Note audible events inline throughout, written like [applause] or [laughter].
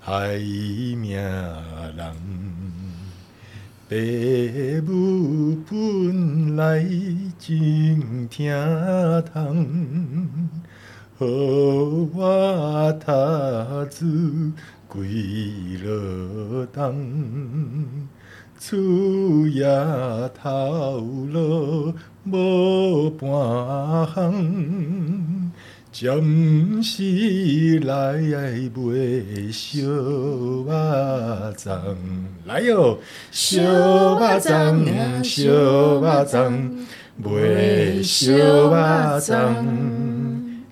害命人。爸母本来真疼痛，予我读书几落冬。厝夜头路无半项，暂时来卖烧肉粽，来哟、烧肉粽啊，烧肉粽，卖烧肉粽。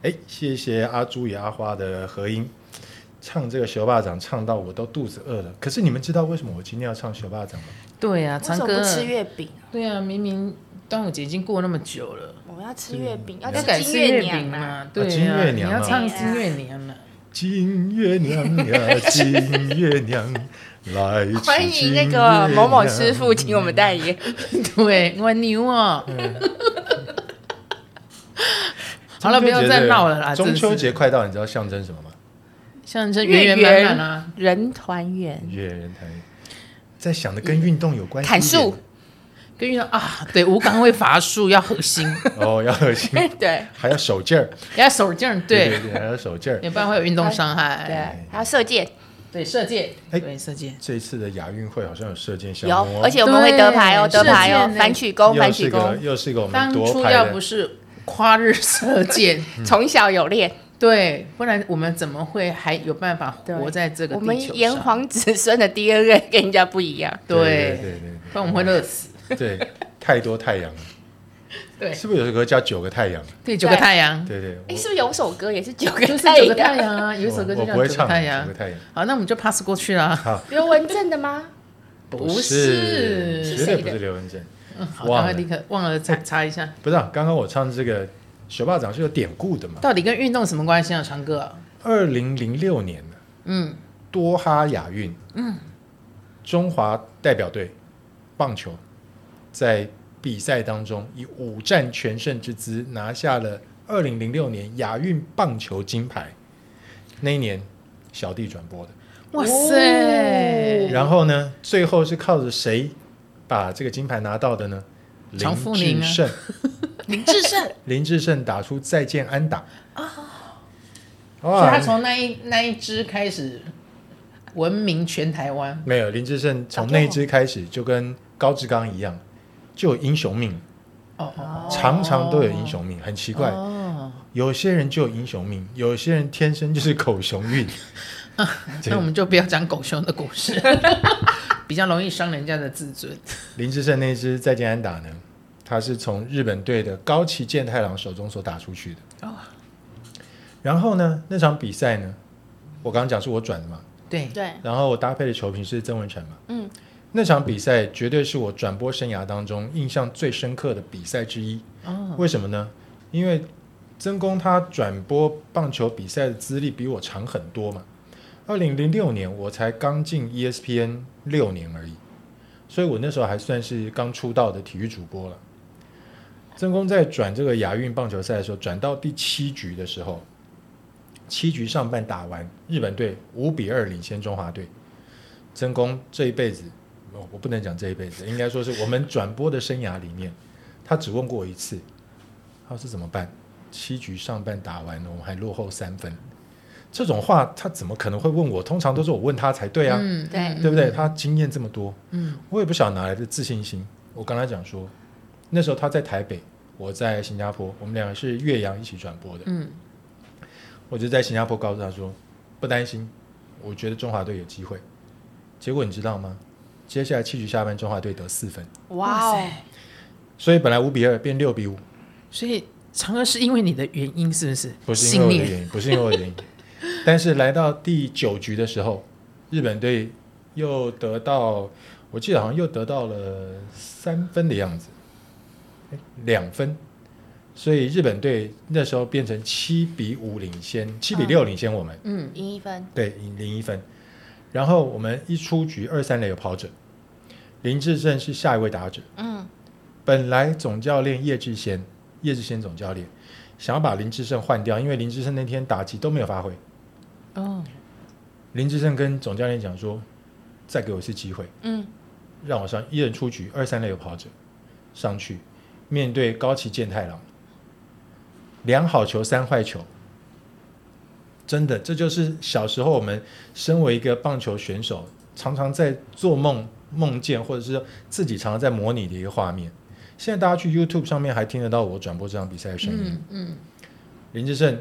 哎，谢谢阿朱与阿花的合音，唱这个小霸掌唱到我都肚子饿了。可是你们知道为什么我今天要唱小霸掌吗？对啊，为什长么哥不，吃月饼啊？对啊，明明端午节已经过那么久了，我要吃月饼，要要改吃吃金月月饼娘嘛啊！，对啊，金月你娘要啊唱金月娘啊，金月娘呀，金月娘，来吃 [laughs] 欢金迎月那娘个某某师傅请我们代言， [laughs] 对，我牛哦。嗯好了，不要再闹了啦！中秋真是节快到，你知道象征什么吗？象征圆圆满满啊，人团圆，月人台在想的跟运动有关系，砍树跟遇到啊，对，无感会乏术，要核 [laughs] 心，哦，要核心，对还要手劲儿，要手劲儿，对，对，还要手劲儿。要不然会有运动伤害。对，还有射箭对，射箭，哎对，射箭，这一次的亚运会好像有射箭项有目哦，，而且我们会得牌哦，对得牌射哦箭，呢反曲弓，又反是曲个弓，又是个我们当夺初牌要不的，是跨日射箭，从小有练，对，不然我们怎么会还有办法活在这个我地们球炎上？哦黄子孙的 DNA 跟人家不一样，对对，对对不然我们会热死。对对，太多太阳了，对，是不是有首歌叫《九个太阳》？对，九个太阳，对对，哎，我是不是有首歌也是九个就是太九个太阳？阳啊，有一首歌哎我就我叫不会九个唱太九阳个。太阳。好，那我们就 pass 过去啦。刘文正的吗？不是绝是，对谁不的是刘文正。嗯好，忘赶了快立刻忘了查查一下，不是、啊，刚刚我唱这个《学霸掌》是有典故的嘛？到底跟运动什么关系啊，长哥？二零零六年呢嗯，多哈亚运，嗯，中华代表队棒球在比赛当中以五战全胜之姿拿下了二零零六年亚运棒球金牌。那一年小弟转播的，哇塞，然后呢，最后是靠着谁把这个金牌拿到的呢？常富林宁志啊胜，林志胜，林志胜打出再见安打啊！ [laughs] 哦所以他从那一那一支开始闻名全台湾。没有，林志胜哦从那一支开始就跟高志刚一样，就有英雄命，哦哦，常常都有英雄命，很奇怪。哦，有些人就有英雄命，有些人天生就是狗熊 [laughs] 运。对那我们就不要讲狗熊的故事， [laughs] 比较容易伤人家的自尊。林志胜那支再见安打呢，他是从日本队的高崎健太郎手中所打出去的。哦然后呢，那场比赛呢，我刚刚讲是我转的嘛，对，对，然后我搭配的球评是曾文成嘛。嗯，那场比赛绝对是我转播生涯当中印象最深刻的比赛之一。哦，为什么呢？因为曾公他转播棒球比赛的资历比我长很多嘛。二零零六年我才刚进 E ESPN 六年而已，所以我那时候还算是刚出道的体育主播了。曾公在转这个亚运棒球赛的时候，转到第七局的时候，七局上半打完，日本队五比二领先中华队。曾公这一辈子，哦我我不能讲这一辈子，应该说是我们转播的生涯里面，他只问过我一次，他说怎么办？七局上半打完了，我们还落后三分，这种话他怎么可能会问我？通常都是我问他才对啊，嗯对对不对？？他经验这么多，嗯，我也不晓得哪来的自信心。我跟他讲说，那时候他在台北，我在新加坡，我们两个是岳阳一起转播的。嗯，我就在新加坡告诉他说，不担心，我觉得中华队有机会。结果你知道吗？接下来七局下半，中华队得四分，哇哇哦塞，所以本来五比二变六比五，所以长哥是因为你的原因，是不是？不是因为信我的念原因，不是因为我的原因。 [laughs] 但是来到第九局的时候，日本队又得到，我记得好像又得到了三分的样子，诶两分，所以日本队那时候变成七比五领先，七比六领先我们，嗯，赢一分，对，赢零一分。然后我们一出局，二三垒有跑者，林志胜是下一位打者。嗯，本来总教练叶志先，叶志先总教练想要把林志胜换掉，因为林志胜那天打击都没有发挥。哦，林志胜跟总教练讲说，再给我一次机会，嗯，让我上一人出局，二三垒有跑者上去面对高崎健太郎，两好球三坏球，真的，这就是小时候我们身为一个棒球选手，常常在做梦梦见，或者是自己常常在模拟的一个画面。现在大家去 YouTube 上面还听得到我转播这场比赛的声音。嗯嗯，林志胜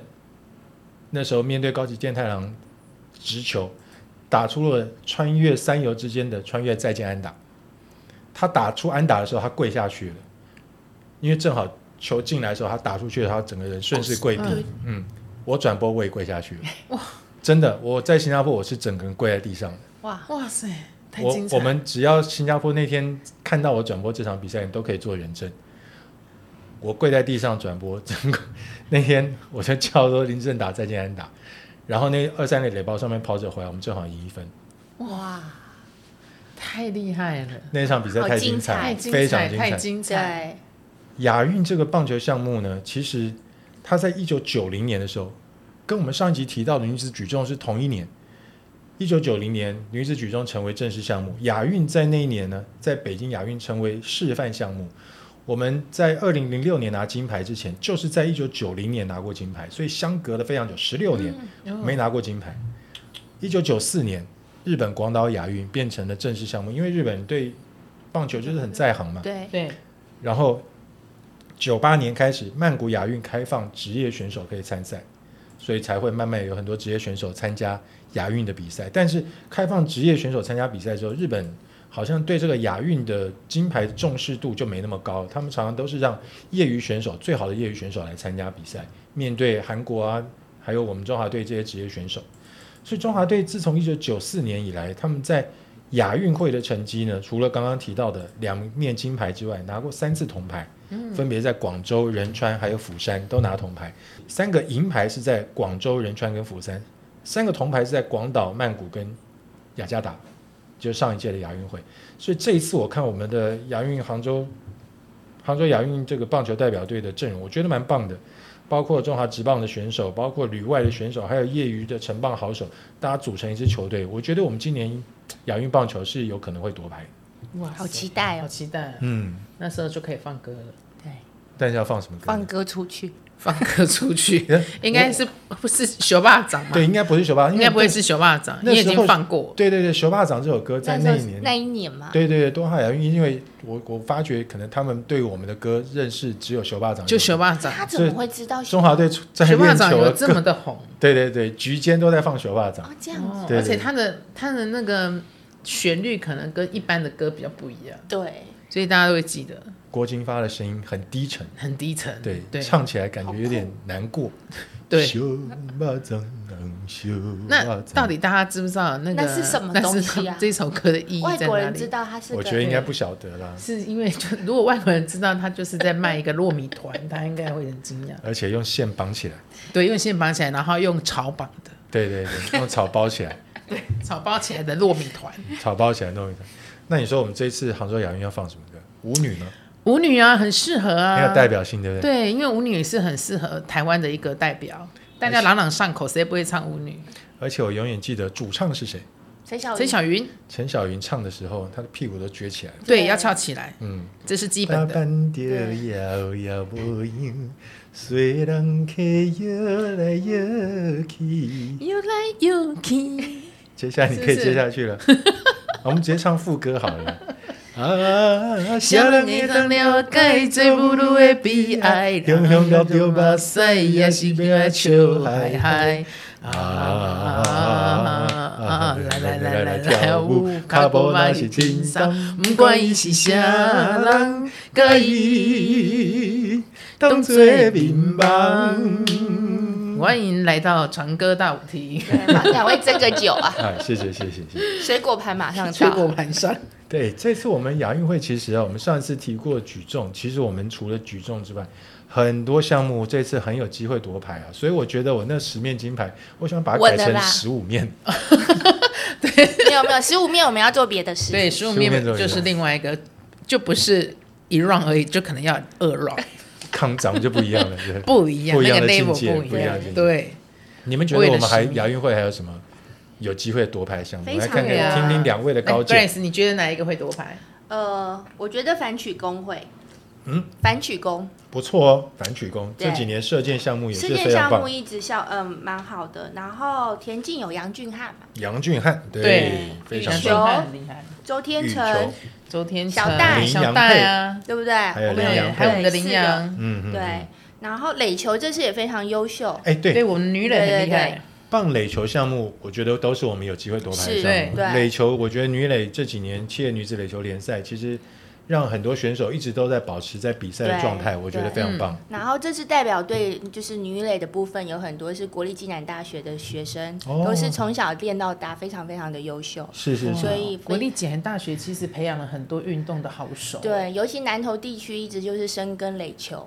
那时候面对高崎健太郎直球，打出了穿越三游之间的穿越再见安打。他打出安打的时候，他跪下去了，因为正好球进来的时候，他打出去的时候，他整个人顺势跪地。嗯嗯，我转播我也跪下去了。真的，我在新加坡我是整个人跪在地上的。哇，哇塞，太我精彩我了！们只要新加坡那天看到我转播这场比赛，你都可以做人证。我跪在地上转播，整个那天我就叫说林志正打再见安打，然后那二三垒垒包上面跑者回来，我们正好赢一分。哇，太厉害了，那场比赛好太精精彩，太了，精非常彩，精太彩。精彩！对，亚运这个棒球项目呢，其实它在一九九零年的时候，跟我们上一集提到的女子举重是同一年。一九九零年，女子举重成为正式项目。亚运在那一年呢，在北京亚运成为示范项目。我们在二零零六年拿金牌之前，就是在一九九零年拿过金牌，所以相隔了非常久，十六年。哦没拿过金牌。一九九四年，日本广岛亚运变成了正式项目，因为日本对棒球就是很在行嘛。对，对，然后九八年开始，曼谷亚运开放职业选手可以参赛，所以才会慢慢有很多职业选手参加亚运的比赛。但是开放职业选手参加比赛之后，日本好像对这个亚运的金牌重视度就没那么高，他们常常都是让业余选手最好的业余选手来参加比赛，面对韩国啊，还有我们中华队这些职业选手。所以中华队自从一九九四年以来，他们在亚运会的成绩呢，除了刚刚提到的两面金牌之外，拿过三次铜牌，分别在广州、仁川还有釜山都拿铜牌，三个银牌是在广州、仁川跟釜山，三个铜牌是在广岛、曼谷跟雅加达，就是上一届的亚运会。所以这一次我看我们的亚运杭州杭州亚运这个棒球代表队的阵容，我觉得蛮棒的。包括中华职棒的选手，包括旅外的选手，还有业余的城棒好手，大家组成一支球队。我觉得我们今年亚运棒球是有可能会夺牌。哇塞，好期待好哦，期待啊！嗯，那时候就可以放歌了，对，但是要放什么歌？放歌出去，放歌出 [laughs] 去嗯，应该是不是熊霸掌嘛？对，，应该不是球霸，应该不会是。是熊霸掌，那你已时候经放过。对对对，球霸掌这首歌在那那一时候年，那一年啊嘛，对对对，东海亚运，因为我我发觉可能他们对我们的歌认识只有球霸掌，就熊霸掌，他怎么会知道中华队在熊霸练掌球有的这歌，么的红，对对对，局间都在放球霸掌啊，？这样子，哦 [laughs] 对对而且它的它的那个旋律可能跟一般的歌比较不一样，对，所以大家都会记得，郭金发的声音很低沉，很低沉。对，对唱起来感觉有点难过。对球霸掌，球霸那掌到底大家知不知道那个那是什么那是东西啊这首歌的意义外在国哪人知里？道他是我个，觉得应该不晓得啦，是因为就如果外国人知道他就是在卖一个糯米团，他应该会很惊讶。而且用线绑起来，对，用线绑起来，然后用草绑的，对对对，用草包起来，草包起来的糯米团。草包起来弄一下。那你说我们这一次杭州亚运要放什么歌？舞女呢？舞女啊，很适合很有啊。代表性，对不对？对，因为舞女也是很适合台湾的一个代表，大家朗朗上口，谁不会唱舞女？而且我永远记得主唱是谁，陈小陈云小云，陈小云唱的时候，她的屁股都撅起来了。对，对要翘起来，嗯，这是基本的。板着摇摇无影，随人客摇来摇去。又来又去，接下来你可以是接不是下去了，我们直接唱副歌好了。啊，啥人会当了解做母女的悲哀，雄雄流着目屎也是要来笑嗨嗨。啊啊！来来来来来舞，卡步嘛是真爽，不管伊是啥人，甲伊当作民民望望。欢迎来到传歌大舞厅，对马上会蒸个酒啊，啊，谢谢谢谢谢谢。水果盘马上水果到，盘上。对，这次我们亚运会其实啊，我们上一次提过举重，其实我们除了举重之外，很多项目这次很有机会夺牌啊，所以我觉得我那十面金牌，我想把它我改的成啦十五面。没有没有，十五面我们要做别的事，对，十五15面面就是另外一个，就不是一 round 而已，就可能要二 round，康长就不一样了，对不一样，不一那样个的境 level 界，不不一样一样的。境界。对，你们觉得我们还为了使命亚运会还有什么有机会夺牌项目，非我来常看看呀听听两位的那高见。 Grace，你觉得哪一个会夺牌？呃，我觉得反曲工会，嗯，反曲工不错哦，反曲弓对这几年射箭项哦目也射是箭非常项棒目。一直效嗯蛮好的，然后田径有杨俊翰嘛，杨俊翰对非羽常球棒。很厉害，周天羽球，成周天成小戴小戴啊，对不对？有我林们洋配对，还有我们的四羚个羊，嗯嗯，嗯对，，然后垒球这次也非常优秀，哎对对，我们女人很厉哦害，棒垒球项目，我觉得都是我们有机会夺牌的是项目。对垒球，我觉得女垒这几年企业女子垒球联赛，其实让很多选手一直都在保持在比赛的对状态，我觉得对非常棒。然后这次代表队就是女垒的部分，有很多是国立暨南大学的学生，哦都是从小练到大，非常非常的优秀。是是是所，以国立暨南大学其实培养了很多运动的好手，，对，尤其南投地区一直就是深耕垒球。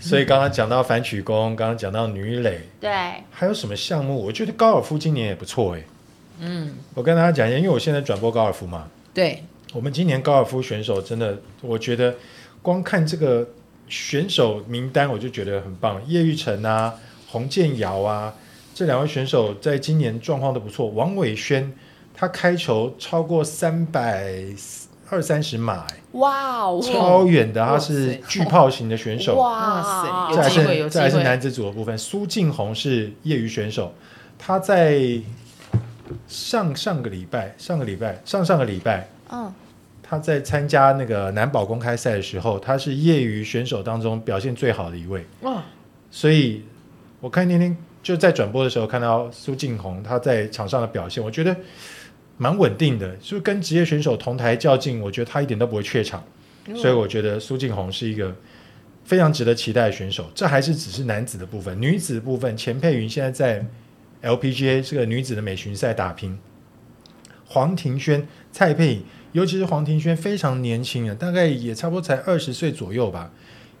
所以刚刚讲到反曲弓，刚刚讲到女垒，对，还有什么项目？我觉得高尔夫今年也不错哎。嗯，我跟大家讲一下，因为我现在转播高尔夫嘛，对，我们今年高尔夫选手真的，我觉得光看这个选手名单，我就觉得很棒。叶玉成啊，洪建尧啊，这两位选手在今年状况都不错。王伟轩他开球超过三百二三十码、哎哇哦超远的，他哇塞是巨炮型的选手。哇塞再来啊有机会是有机再来是会男子组的部分，苏敬宏是业余选手，他在上上个礼拜、上个礼拜、上上个礼拜嗯，他在参加那个南宝公开赛的时候，他是业余选手当中表现最好的一位。哇，所以我看天天就在转播的时候看到苏敬宏他在场上的表现，我觉得蛮稳定的，就是跟职业选手同台较劲，我觉得他一点都不会怯场。所以我觉得苏敬宏是一个非常值得期待的选手。这还是只是男子的部分，女子的部分，钱佩云现在在 LPGA 这个女子的美巡赛打拼。黄庭轩、蔡佩颖，尤其是黄庭轩非常年轻啊，大概也差不多才二十岁左右吧，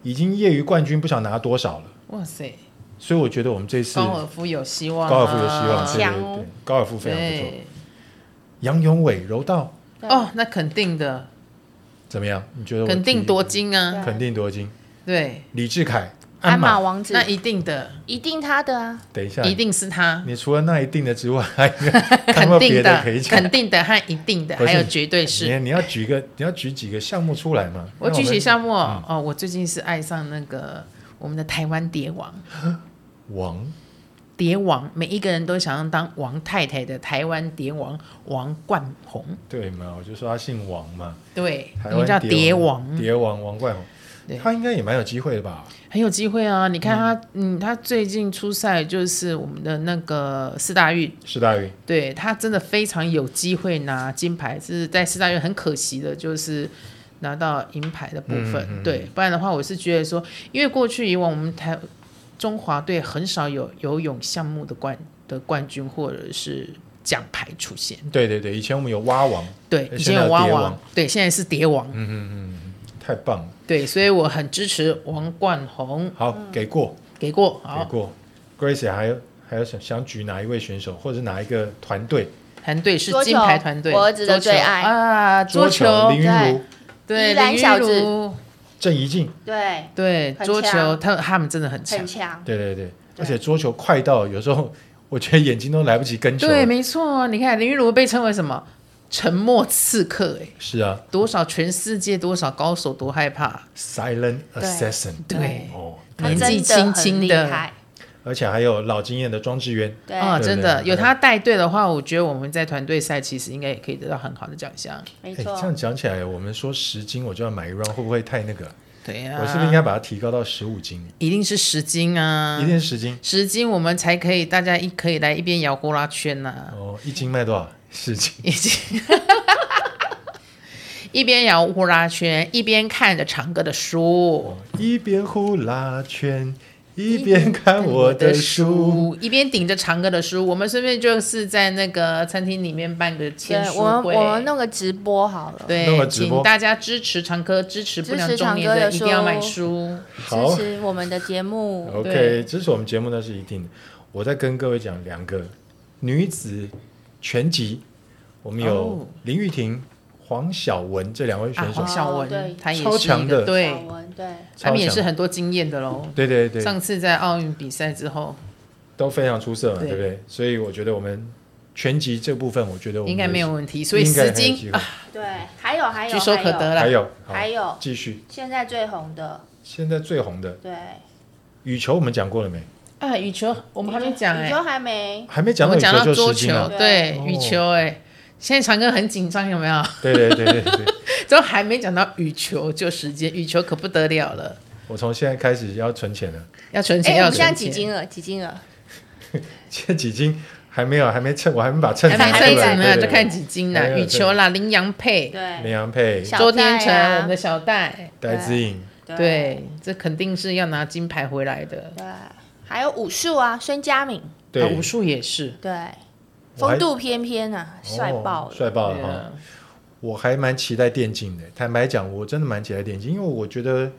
已经业余冠军不晓得拿多少了。哇塞，所以我觉得我们这次高尔夫有希望啊，高尔夫有希望，对强对哦对，高尔夫非常不错。对，杨永伟柔道对哦，，那肯定的，怎么样？你觉得我肯定提夺金啊，肯定夺金。对，李志凯、鞍马马，王子那一定的，一定他的啊，等一下，一定是他， [laughs] 你除了那一定的之外，还有 [laughs] 还有没肯有定别的可以，讲？肯定的和一定的，不是还有绝对是。你你要举一个，你要举几个项目出来嘛？我让们嗯举起项目哦，哦我最近是爱上那个我们的台湾蝶王，王蝶王，每一个人都想要当王太太的台湾蝶王王冠宏，对嘛？我就说他姓王嘛，对，台我们湾嗯叫蝶王，蝶王王冠对宏，他应该也蛮有机会的吧？很有机会啊！你看他，嗯他最近出赛就是我们的那个四大运，施大云对他真的非常有机会拿金牌，是在四大运很可惜的，就是拿到银牌的部嗯分。嗯嗯对，不然的话，我是觉得说，因为过去以往我们台中华队很少有游泳项目的冠的冠军或者是奖牌出现。对对对，以前我们有蛙王，对，哎以前有蛙现在有蝶王，王嗯对，现在是蝶王，太棒了，对，所以我很支持王冠宏，好给过给过给嗯好，过。Grace 还有还有想想举哪一位选手，或者哪一个团队？团队是桌金球牌团队，我儿子的桌球最爱啊，桌球球林云如、对，宜兰林昀小子儒郑怡静，对，对，很桌球强他他们真的很强很，强，对对对，而且桌球快到有时候我觉得眼睛都来不及跟球了。对，没错。你看林玉如被称为什么沉默刺客、哎，是啊多少全世界多少高手多害怕。 ，Silent Assassin，对哦，他年真纪的轻很轻厉的害，而且还有老经验的庄智渊，对，啊、对真的对有他带队的话，我觉得我们在团队赛其实应该也可以得到很好的奖项。没哎，这错样，讲起来，我们说十斤我就要买一 round，会不会太那个？对啊呀、我是不是应该把它提高到十五斤？一定是十斤啊一？天十斤十斤我们才可以，大家一可以来一边摇呼啦圈呐、 [laughs] 哦，一斤卖多少？十斤。已经一边摇呼啦圈，一边看着长哥的书，哦一边呼啦圈，一边看我的书。，一边顶着长哥的书，我们顺便就是在那个餐厅里面办个签对，书我们会。我们弄个直播好了，弄个对，直请播大家支持长哥，支持不良支持中长年哥人的一定要买书书。好支持我们的节目， ，OK，对支持我们节目那是一定的。我再跟各位讲两个女子拳击，我们有哦林玉婷、黄晓雯这两位选啊，手，黄晓哦对雯，她也超是强一个的对小，文对，超他们也是强。很多经验的喽。对对对，上次在奥运比赛之后，都非常出色嘛，对对不对？所以我觉得我们拳击这部分，我觉得我们应该没有问题。所以应该丝还有巾机 [laughs] 啊，会，对，还有还有举手可得还了。有还好有继续。现在最红的，现在最红的对，羽球，我们讲过了没？啊，羽球我们还没讲你哎，就还没还没讲我到们羽讲到球桌就失球禁了。，对哦羽球哎。现在长哥很紧张，有没有？对对对对对，都还没讲到羽球就时间，羽球可不得了了，我从现在开始要存钱了， [laughs] 要存钱，哎我要们现在存几钱。斤了？几斤了？现在几斤还没有，还没称，我还没把秤还拿没出称来。怎么对对样，就对看几斤还啦。没有羽球啦，林洋配、绵对羊配、小周天成、戴啊我们的小戴，戴资颖，啊对，这肯定是要拿金牌回来的。对，还有武术啊，孙佳敏，对，啊武术也是，对，我还风度翩翩啊，帅爆哦了。帅爆了对哈！啊我还蛮期待电竞的，坦白讲，我真的蛮期待电竞，因为我觉得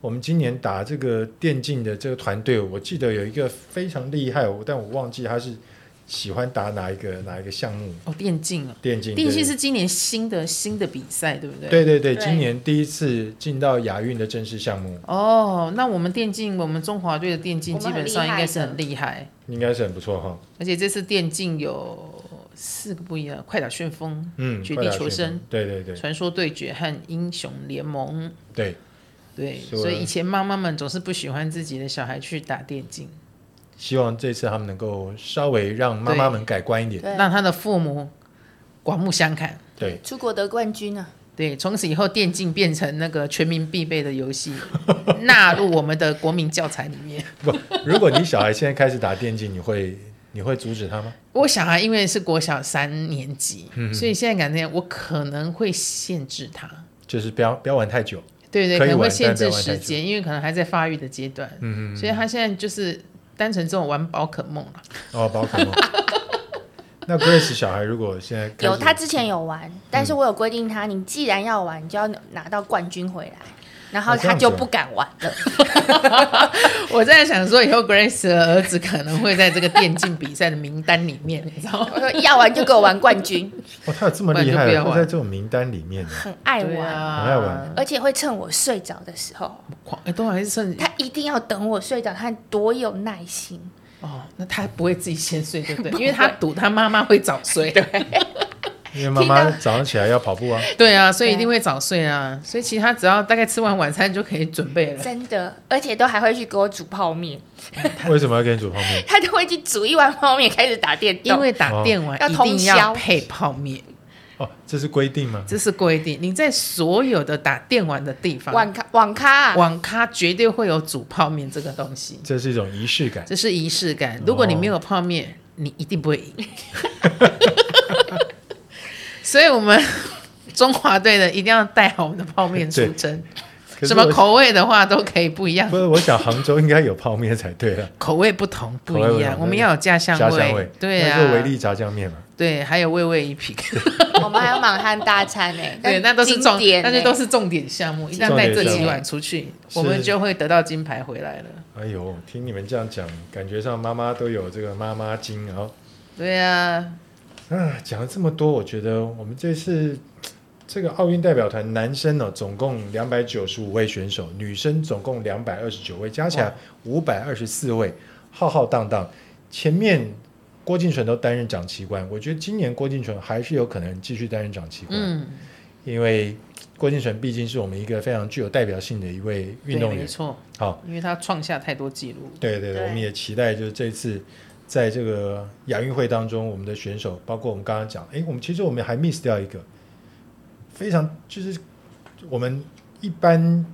我们今年打这个电竞的这个团队，我记得有一个非常厉害，我但我忘记他是喜欢打哪一个哪一个项目哦，电竞啊，电竞。电竞对是今年新的新的比赛，对不对？。对对对，对今年第一次进到亚运的正式项目，哦，那我们电竞，我们中华队的电竞我们基很本上厉应害该是的很厉害，应该是很不错哈。而且这次电竞有四个不一样：快打旋风、嗯，绝快地打求旋生风，对对对传说对决和英雄联盟。对，对，是啊所以以前妈妈们总是不喜欢自己的小孩去打电竞，希望这次他们能够稍微让妈妈们改观一点。对，让他的父母刮目相看。对，出国得冠军啊，对，从此以后电竞变成那个全民必备的游戏，纳入我们的国民教材里面。如果你小孩现在开始打电竞，你会你会阻止他吗？我小孩因为是国小三年级，所以现在感觉我可能会限制他，就是不要不要玩太久。对对，可可以能会玩限但不要制玩太时久间，因为可能还在发育的阶段，嗯嗯，所以他现在就是单纯这种玩宝可梦了，哦，宝可梦。 [laughs] 那 Grace 小孩如果现在开始嗯有他之前有玩，但是我有规定他，你既然要玩，你就要拿到冠军回来，然后哦这样他子就哦不敢玩了。啊 [laughs] 我在想说，以后 Grace 的儿子可能会在这个电竞比赛的名单里面，你知道 [laughs] 吗？我说要玩就给我玩冠军，哦，他有这么厉不然就害不哦，要他玩在这种名单里面呢。 [laughs] 很爱对玩，啊，很爱玩而且会趁我睡着的时候，狂，哎，都还是趁他一定要等我睡着，看多有耐心。哦，那他不会自己先睡，对不对？ [laughs] 不会因为他赌他妈妈会早睡， [laughs] 对因为妈妈早上起来要跑步啊，啊，所以一定会早睡啊。所以其实他只要大概吃完晚餐就可以准备了。真的，而且都还会去给我煮泡面， [laughs] [laughs] 为什么要给你煮泡面？他都会去煮一碗泡面开始打电动。因为打电玩要一通定宵要配泡面，哦，这是规定吗？这是规定。你在所有的打电玩的地方，网咖网咖、啊，网咖绝对会有煮泡面这个东西，这是一种仪式感。这是仪式哦感。如果你没有泡面，你一定不会赢。 [laughs] 所以我们中华队的一定要带好我们的 [laughs] 泡面出征，可是什么我？口味的话都可以不一样不，是，我想杭州应该有泡面才对啊，口味不同不口味一不样，同我们要有家乡家乡味。对那做维啊，力炸酱面嘛。对，还有味味 [laughs] 一品，我们还有满汉大餐 [laughs] 呢、对，那都是重经，典那欸、就都是重点项目。一旦带这几碗出去，是我们就会得到金牌回来了。哎呦，听你们这样讲，感觉上妈妈都有这个妈妈经，哦然后对啊，啊，讲了这么多，我觉得我们这次这个奥运代表团男生呢、哦总共两百九十五位选手，女生总共两百二十九位，加起来五百二十四位，浩浩荡荡。前面郭敬淳都担任长旗官，我觉得今年郭敬淳还是有可能继续担任长旗官，嗯，因为郭敬淳毕竟是我们一个非常具有代表性的一位运对，动没员。错，好，因为他创下太多记录。对对对，我对们也期待就是这次在这个亚运会当中，我们的选手，包括我们刚刚讲，诶，我们其实我们还 miss 掉一个非常就是我们一般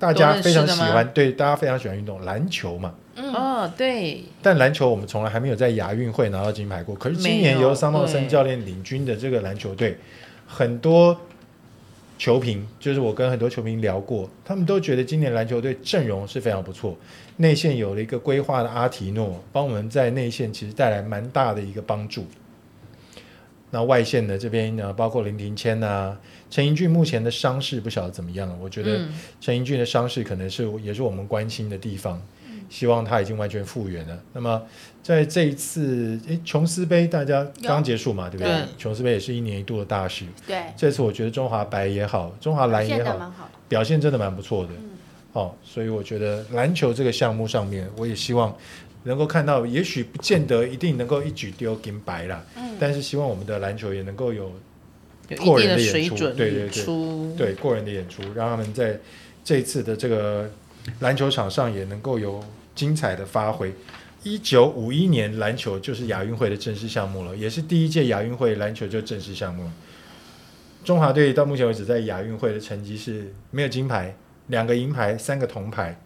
大家非常喜都认识的欢，对大家非常喜欢运动篮球嘛，嗯，哦，对，但篮球我们从来还没有在亚运会拿到金牌过。可是今没年有由桑茂森对教练领军的这个篮球队，很多球评，就是我跟很多球评聊过，他们都觉得今年篮球队阵容是非常不错，内线有了一个规划的阿提诺，帮我们在内线其实带来蛮大的一个帮助。那外线的这边呢，包括林庭谦呐、陈英俊目前的伤势不晓得怎么样了，我觉得嗯陈英俊的伤势可能是也是我们关心的地方，嗯希望他已经完全复原了。那么在这一次，诶，琼斯杯大家刚结束嘛，对不对对？琼斯杯也是一年一度的大事。对，这次我觉得中华白也好，中华蓝现也在好，蛮好的。嗯表现真的蛮不错的。哦，所以我觉得篮球这个项目上面，我也希望能够看到，也许不见得一定能够一举丢金牌啦，嗯但是希望我们的篮球也能够有有过一人定的演水出准对对对出对过人的演出，让他们在这一次的这个篮球场上也能够有精彩的发挥。一九五一年篮球就是亚运会的正式项目了，也是第一届亚运会篮球就正式项目了。中华队到目前为止在亚运会的成绩是没有金牌，两个银牌，三个铜牌。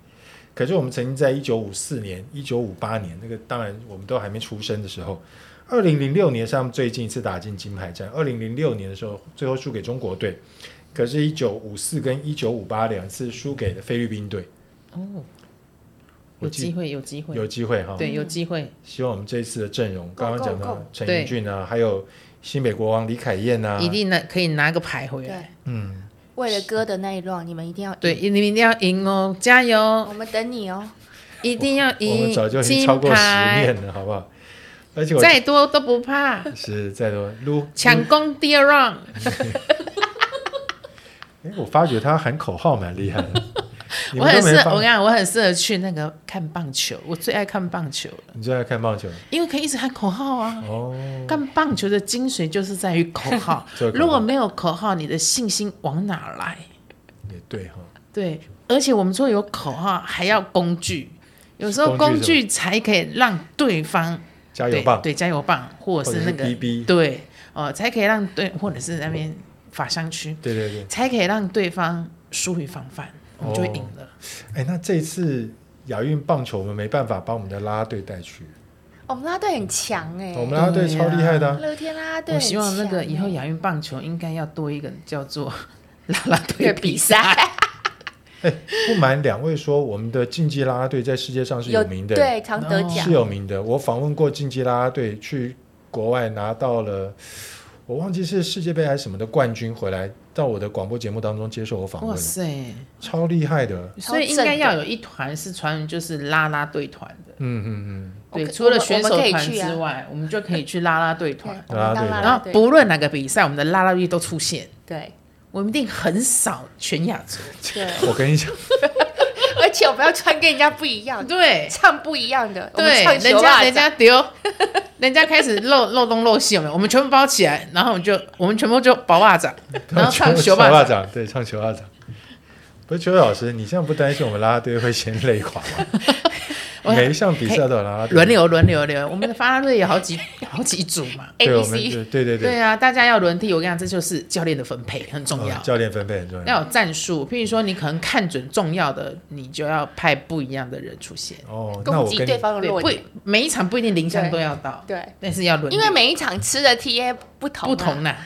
可是我们曾经在一九五四年、一九五八年，那个当然我们都还没出生的时候，二零零六年是他们最近一次打进金牌战。二零零六年的时候，最后输给中国队。可是，一九五四跟一九五八两次输给了菲律宾队，哦，我有记机会有机会，有机会哈。对有机会，希望我们这次的阵容， Go, 刚刚讲 go, go 到陈英俊啊，还有新北国王李凯燕啊，一定拿可以拿个牌回来。对，嗯，为了歌的那一 round，你们一定要赢对，你们一定要赢哦，加油！我们等你哦。一定要我们赢早就已经金超过十牌，面了，好不好？而且我再多都不怕，是再多撸抢攻第二 round。嗯哎，我发觉他喊口号蛮厉害 [laughs] 的，你我们很都适没合，我跟放你。讲，我很适合去那个看棒球，我最爱看棒球了，你最爱看棒球因为可以一直喊口号啊。哦，看棒球的精髓就是在于口号这个，口号如果没有口号，你的信心往哪来？也对哈、对，而且我们说有口号，还要工具，有时候工工具具才可以让对方加油棒，对对加油棒，或者是那或个者是 BB 对哦、呃才可以让对，或者是那边法商区，对对对。才可以让对方疏于防范，我们就会赢了。哎，那这次亚运棒球我们没办法把我们的啦啦队带去，哦我们拉队很强哎、哦我们啦啦队对超呀厉害的啊、乐天啦啦队我很希强欸，望那个以后亚运棒球应该要多一个叫做 [laughs] 啦啦队对比比赛，赛不瞒两位说，我们的竞技啦啦队在世界上是有名的，对，常得哦奖是。有名的。我访问过竞技啦啦队，去国外拿到了，我忘记是世界杯还是什么的冠军，回来到我的广播节目当中接受我访哇问，塞！超厉害的。所以应该要有一团是传就是啦啦队团的，嗯嗯对，我可除了选手我们团可以去啊之外，我们就可以去啦啦队团， [laughs] 对我们当啦啦队然啦后队不论哪个比赛，我们的啦啦队都出现，对我们一定横扫全亚 [laughs] 洲。对，嗯，我跟你讲，而且我们要穿跟人家不一样，对 [laughs] 唱不一样的，我们对，唱人球家啊，人家丢，人家开始漏漏东漏西，有没有？我们全部包起来，然后我们就我们全部就包袜掌，然后 [laughs] 唱球球霸霸掌。掌，对，唱球霸掌。不是邱老师，你这样不担心我们啦啦队会先累垮我吗？每一项比赛都有啦啦队轮，流轮流轮流，我们的发拉队有好几好几组嘛。对， A B 我们 C 对对对对啊，大家要轮替。我跟你讲，这就是教练的分配很重要嗯，教练分配很重要。要有战术。譬如说，你可能看准重要的，你就要派不一样的人出现。哦，那攻我击跟对你方的对，弱不点。每一场不一定零项都要到，对，但是要轮流。因为每一场吃的 T A 不同不啊，[laughs] 同啦，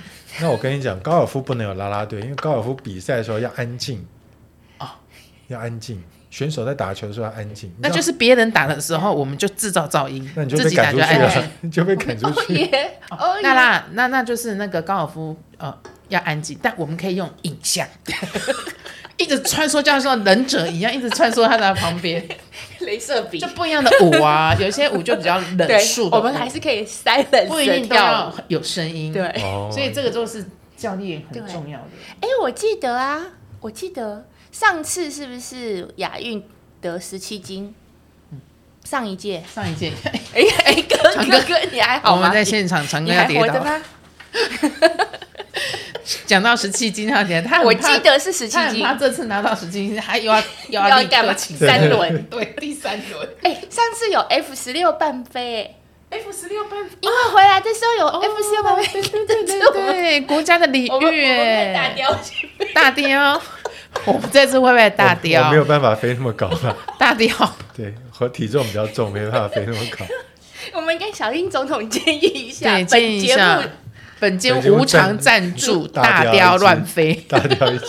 那我跟你讲，高尔夫不能有啦啦队，因为高尔夫比赛的时候要安静哦要安静。选手在打球的时候要安静，那就是别人打的时候，我们就制造噪音，那你就自被己打赶出就去啊安全了。，你就被赶出哦去。耶，哦哦，那啦，那那就是那个高尔夫呃要安静，但我们可以用影 [laughs] 像，一直穿梭，就像说忍者一样，一直穿梭他的旁 [laughs] 边，镭射笔就，不一样的舞啊，有些舞就 [laughs] 比较对冷肃，的舞，我们还是可以 silence 不一定都着跳要舞。有声音，对，，哦所以这个都是教练很哎对重要的。哎，我记得啊，我记得上次是不是亚运得十七金？上一届，上一 [laughs] 届哎哎哥长哥哥哥，你还我好吗？们在现场，长你哥要还跌活着倒，吗？讲到十七金，他跌倒，他很我怕记得是十七他很金怕，这次拿到十七金，还又 [laughs] 要又要立干刻嘛？ [laughs] 请对三轮。对第三轮 [laughs] 哎，上次有 F 十六半飞，哎 F 十六班因为回来的时候有 F 十六半飞，哦对对对对这是我们对，国家的礼 [laughs] 我们我们遇被打哎，掉去。大雕， [laughs] 我们这次会不会大我雕没？有办法飞那么高了。大 [laughs] 雕，对，我体重比较重，没办法飞那么高。我们跟小英总统建议一下，对，建议一下本节目，本间无偿赞助大雕乱飞，大家一起。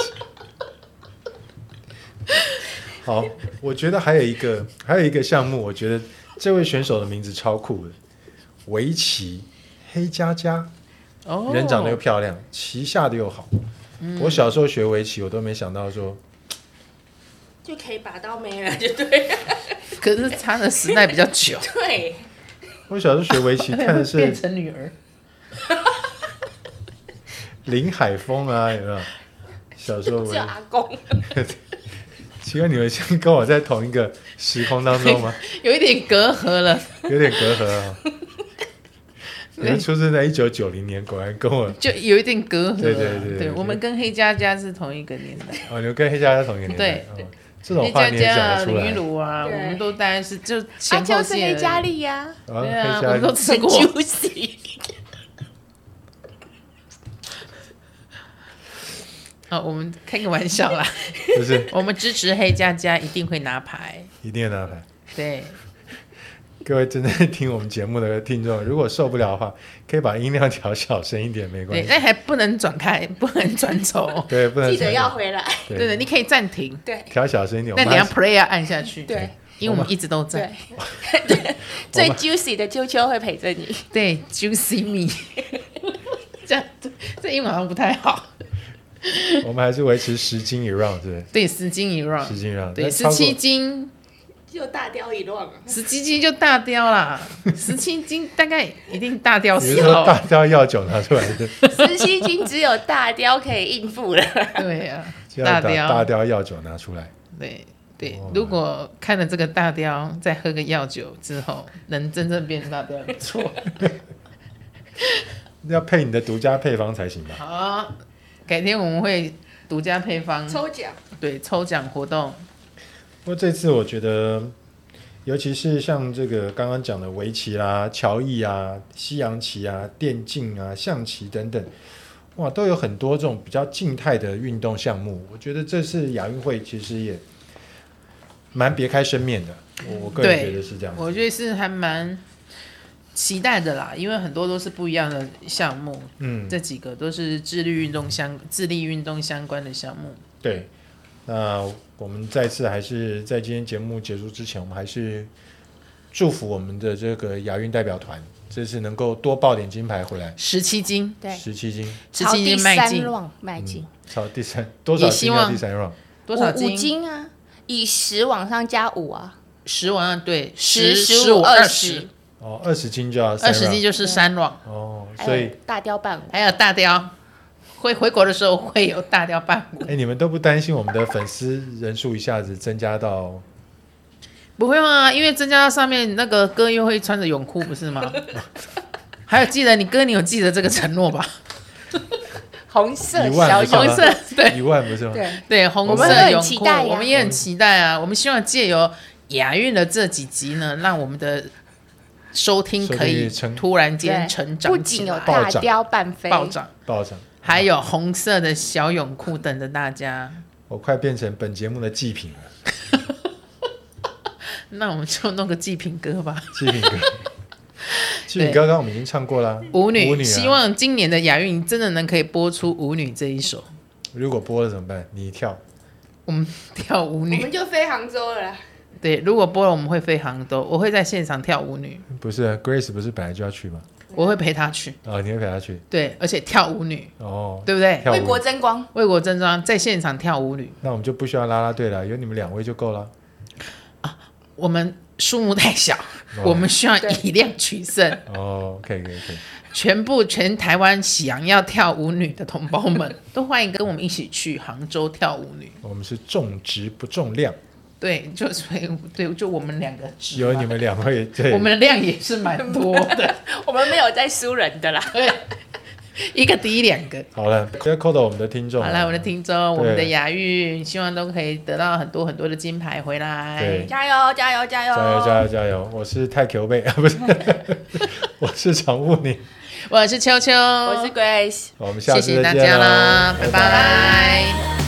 好，我觉得还有一个还有一个项目，我觉得这位选手的名字超酷的，围棋黑佳佳。哦嗯人长得又漂亮，棋下的又好。我小时候学围棋，我都没想到说，就可以把刀没了，就对 [laughs] 了可是他的时代比较 [laughs] 久，对。我小时候学围 [laughs] 棋看的变是成女儿，林海峰啊，有没有？小时候只有围阿公，奇怪，你们现在跟我在同一个时空当中 [laughs] 吗？有一点隔阂了。有点隔阂 [laughs] 啊、哦。你们出生在一九九零年，果然跟我就有一点隔阂了。对对对对我们跟黑佳佳是同一个年代。哦，你们跟黑加加同一个年代对，哦这种黑画佳面佳讲啊，得出林来玉。茹啊，我对们都大概是就啊，前就后是届黑的佳丽呀，啊对啊，黑我们都加吃过。 [laughs] juicy。啊，我们开个玩笑 [laughs] 啦，不是我们支持黑佳佳一定会拿牌。一定要拿牌。对，各位正在听我们节目的听众，如果受不了的话，可以把音量调小声一点，没关对，系。但还不能转开， [laughs] 不能转走。对，不能记得传要统回来，对对的，你可以暂停，对调小声一点。那我你们要还是 play 要按下去。对，因为我们一直都在对。最 juicy 的啾啾会陪着你。对 juicy me，这样这英文好像不太好。我们还是维持十斤以 round，对 [laughs] 不对，十斤一 round，对？十斤 round，对，但十超过七斤，就大雕一乱啊！十七斤就大雕 [laughs] 啦，十七斤大概一定大雕比如死说大了。雕药酒拿出来 [laughs] 的，十七斤只有大雕可以应付了。对呀、 [laughs] 就大要把大雕，雕哦药酒拿出来。对对哇。如果看了这个大雕，再喝个药酒之后，能真正变大雕，不 [laughs] 错。要配你的独家配方才行吧？好，改天我们会独家配方，奖，对抽奖活动，不过这次我觉得，尤其是像这个刚刚讲的围棋啦、乔艺啊、西洋棋啊、电竞啊、象棋等等，哇，都有很多这种比较静态的运动项目。我觉得这次亚运会其实也蛮别开生面的，我我个人对觉得是这样子。我觉得是还蛮期待的啦，因为很多都是不一样的项目，嗯，这几个都是智力运动相智力运动相关的项目。对，那我们再次还是在今天节目结束之前，我们还是祝福我们的这个亚运代表团这次能够多抱点金牌回来，十七金，对，十七金，嗯十朝七第金迈三进，浪迈进，超第三多少也金希要望第三 round？多少五五金啊，以十往上加五啊，十往上对，十十五、五二十十，嗯哦，二十金就要三二十 round 斤就是三网，哦，还所有以哎大雕伴舞。还有大雕。会回国的时候会有大雕伴舞，哎、你们都不担心我们的粉丝人数一下子增加到不会吗？因为增加到上面那个哥又会穿着泳裤，不 [laughs] 是吗？还有记得你哥，你有记得这个承诺吧？ [laughs] 红色一万小不是吗泳红色对，一万不是吗？ [laughs] 对，对，红我们色很泳期裤，待呀我们也很期待啊！我们希望借由亚运的这几集呢，让我们的收听可收听以率成突然间对成不长起仅有来，暴大涨雕伴飞，暴涨，暴涨！还有红色的小泳裤等着大家。我快变成本节目的祭品了，那我们就弄个祭品歌吧，祭品 [laughs] 歌。祭品歌刚刚我们已经唱过啦，舞女。舞女、啊、希望今年的亚运真的能可以播出《舞女》这一首，如果播了怎么办？你跳，我们跳舞女。就飞杭州了啦。对，如果播了，我们会非常多，我会在现场跳舞女，不是啊 Grace 不是本来就要去吗？我会陪她去。啊、你会陪她去对，而且跳舞女，哦，对不对？ [laughs] 跳为舞国。争光，为国争光，在现场跳舞女。那我们就不需要啦啦队了，有你们两位就够了。我们数目太小，哦我们需要对以量 [laughs] 取胜。哦，可以可以可以，全部全台湾想要跳舞女的同胞们，都欢迎跟我们一起去杭州跳舞女。我们是重质不重量，对，就所以对，就我们两个值有嘛你们两位对，我们的量也是蛮多 [laughs] 的， [laughs] 我们没有在输人的啦。一个抵两个。好了，不要扣到我们的听众。好啦，我的，听众，我哦对们的雅玉，希望都可以得到很多很多的金牌回来对。加油，加油，加油！加哦油加油加油！我是太球妹啊，不是， [laughs] 我是常务你。我是秋秋，我是 Grace。我们下谢次再谢大见家啦啦，，拜拜